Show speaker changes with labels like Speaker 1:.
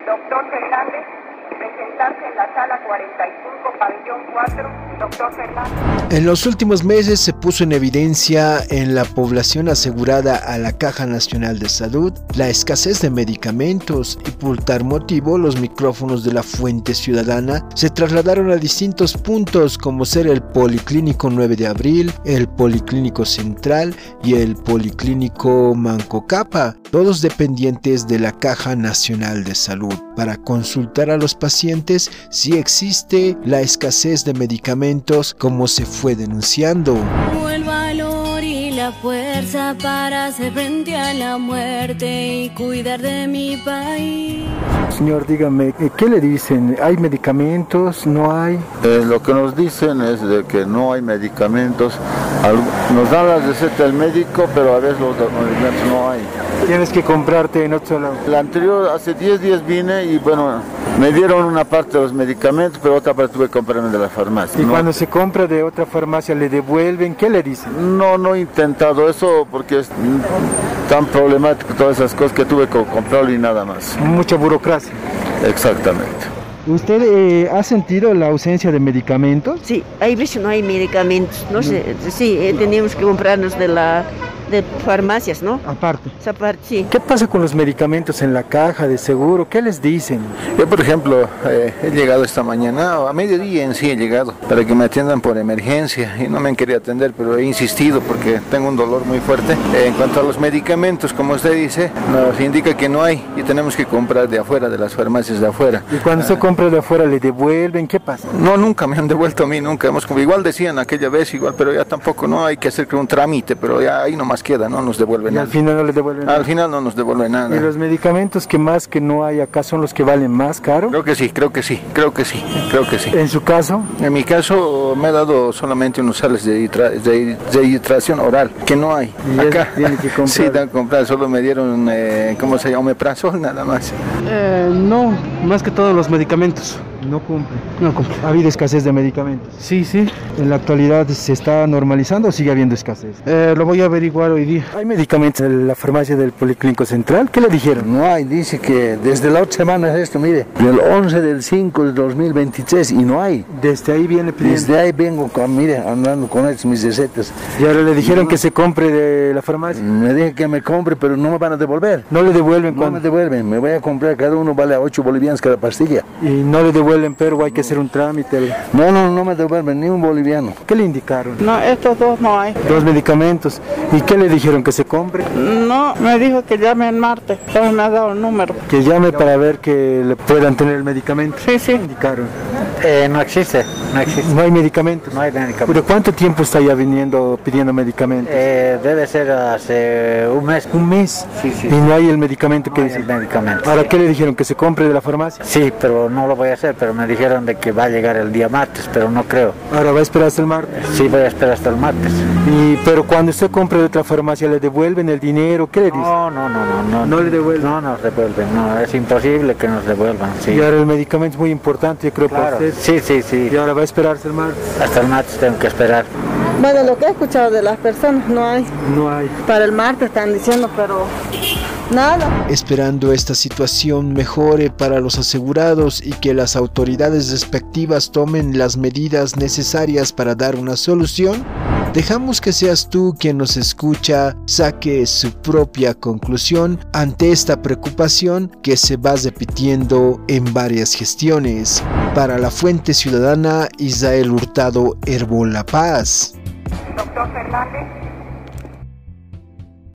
Speaker 1: doctor Fernández, presentarse en la sala 45, pabellón 4, doctor Fernández.
Speaker 2: En los últimos meses se puso en evidencia en la población asegurada a la Caja Nacional de Salud la escasez de medicamentos y por tal motivo los micrófonos de la Fuente Ciudadana se trasladaron a distintos puntos como ser el Policlínico 9 de Abril, el Policlínico Central y el Policlínico Mancocapa, todos dependientes de la Caja Nacional de Salud, para consultar a los pacientes si existe la escasez de medicamentos como se fue denunciando.
Speaker 3: Tengo el valor y la fuerza para hacer frente a la muerte y cuidar de mi país.
Speaker 4: Señor, dígame, ¿qué le dicen? ¿Hay medicamentos? ¿No hay?
Speaker 5: Eh, lo que nos dicen es de que no hay medicamentos. Al- Nos dan la receta del médico, pero a veces los medicamentos no hay.
Speaker 4: Tienes que comprarte en otro lado.
Speaker 5: La anterior, hace 10 días vine y bueno, me dieron una parte de los medicamentos, pero otra parte tuve que comprarme de la farmacia.
Speaker 4: Y
Speaker 5: No-
Speaker 4: cuando se compra de otra farmacia, ¿le devuelven? ¿Qué le dicen?
Speaker 5: No, no he intentado eso porque es mm, tan problemático todas esas cosas que tuve que comprarlo y nada más.
Speaker 4: Mucha burocracia.
Speaker 5: Exactamente.
Speaker 4: ¿Usted eh, ha sentido la ausencia de medicamentos?
Speaker 6: Sí, hay veces no hay medicamentos, no sé, sí, eh, teníamos que comprarnos de la de farmacias, ¿no?
Speaker 4: Aparte.
Speaker 6: Esa parte, sí.
Speaker 4: ¿Qué pasa con los medicamentos en la caja de seguro? ¿Qué les dicen?
Speaker 5: Yo, por ejemplo, eh, he llegado esta mañana, o a mediodía en sí he llegado, para que me atiendan por emergencia y no me han querido atender, pero he insistido porque tengo un dolor muy fuerte. Eh, en cuanto a los medicamentos, como usted dice, nos indica que no hay y tenemos que comprar de afuera, de las farmacias de afuera.
Speaker 4: Y cuando
Speaker 5: Ah.
Speaker 4: se compra de afuera, ¿le devuelven? ¿Qué pasa?
Speaker 5: No, nunca me han devuelto a mí, nunca hemos como igual decían aquella vez igual, pero ya tampoco no hay que hacer creo, un trámite, pero ya ahí nomás queda, no nos devuelven
Speaker 4: Y al
Speaker 5: nada.
Speaker 4: final no le devuelven.
Speaker 5: Al final no nos devuelven nada.
Speaker 4: ¿Y los medicamentos que más que no hay acá son los que valen más caro?
Speaker 5: Creo que sí, creo que sí, creo que sí, creo que sí.
Speaker 4: En su caso,
Speaker 5: En mi caso me ha dado solamente unos sales de, hidra- de, de hidratación oral, que no hay.
Speaker 4: Y eso tiene que comprar.
Speaker 5: sí, dan comprar, solo me dieron, eh, ¿cómo se llama? Omeprazol nada más.
Speaker 7: Eh, no, más que todos los medicamentos.
Speaker 4: no cumple.
Speaker 7: No compro.
Speaker 4: Ha habido escasez de medicamentos.
Speaker 7: Sí, sí.
Speaker 4: ¿En la actualidad se está normalizando o sigue habiendo escasez?
Speaker 7: Eh, lo voy a averiguar hoy día.
Speaker 4: ¿Hay medicamentos en la farmacia del Policlínico Central? ¿Qué le dijeron?
Speaker 8: No hay, dice que desde la otra semana es esto, mire, del 11 del 5 del 2023 y no hay.
Speaker 4: Desde ahí viene pidiendo.
Speaker 8: Desde ahí vengo, con, mire, andando con estos, mis recetas.
Speaker 4: Y ahora le dijeron que se compre de la farmacia.
Speaker 8: Me dije que me compre, pero no me van a devolver.
Speaker 4: No le devuelven
Speaker 8: No me
Speaker 4: cuando.
Speaker 8: devuelven, me voy a comprar, cada uno vale a 8 bolivianos cada pastilla.
Speaker 4: Y no le devuelven, pero hay que hacer un trámite. algo.
Speaker 8: No, no, no me devuelven ni un boliviano.
Speaker 4: ¿Qué le indicaron?
Speaker 9: No, estos dos no hay.
Speaker 4: Dos medicamentos. ¿Y qué le dijeron que se compre?
Speaker 9: No, me dijo que llame el martes, pero me ha dado el número.
Speaker 4: Que llame para ver que le puedan tener el medicamento.
Speaker 9: Sí, sí.
Speaker 4: ¿Qué indicaron?
Speaker 9: Eh, no existe, no existe.
Speaker 4: No hay medicamentos.
Speaker 9: hay medicamento. Eh,
Speaker 4: ¿Pero cuánto tiempo está ya viniendo pidiendo medicamentos?
Speaker 9: debe ser hace un mes.
Speaker 4: Un mes.
Speaker 9: Sí, sí.
Speaker 4: Y no hay el medicamento que dice.
Speaker 9: medicamento.
Speaker 4: ¿Ahora qué le dijeron? ¿Que se compre de la farmacia?
Speaker 9: Sí, pero no lo voy a hacer, pero me dijeron de que va a llegar el día martes, pero no creo.
Speaker 4: Ahora va a esperar hasta el martes.
Speaker 9: Sí, voy a esperar hasta el martes.
Speaker 4: Y, pero cuando usted compre de otra farmacia, ¿le devuelven el dinero? ¿Qué le dice?
Speaker 9: No, no, no, no, no.
Speaker 4: No le devuelven.
Speaker 9: No nos devuelven, no, es imposible que nos devuelvan, sí.
Speaker 4: Y ahora el medicamento es muy importante, yo creo,
Speaker 9: Claro,
Speaker 4: para usted.
Speaker 9: sí, sí, sí.
Speaker 4: Y ahora va a esperarse el martes.
Speaker 9: Hasta el martes tengo que esperar.
Speaker 10: Bueno, lo que he escuchado de las personas no hay.
Speaker 4: No hay.
Speaker 10: Para el martes están diciendo, pero nada.
Speaker 2: Esperando esta situación mejore para los asegurados y que las autoridades respectivas tomen las medidas necesarias para dar una solución, dejamos que seas tú quien nos escucha saque su propia conclusión ante esta preocupación que se va repitiendo en varias gestiones. Para la Fuente Ciudadana, Israel Hurtado Herbol La Paz.
Speaker 1: Doctor Fernández,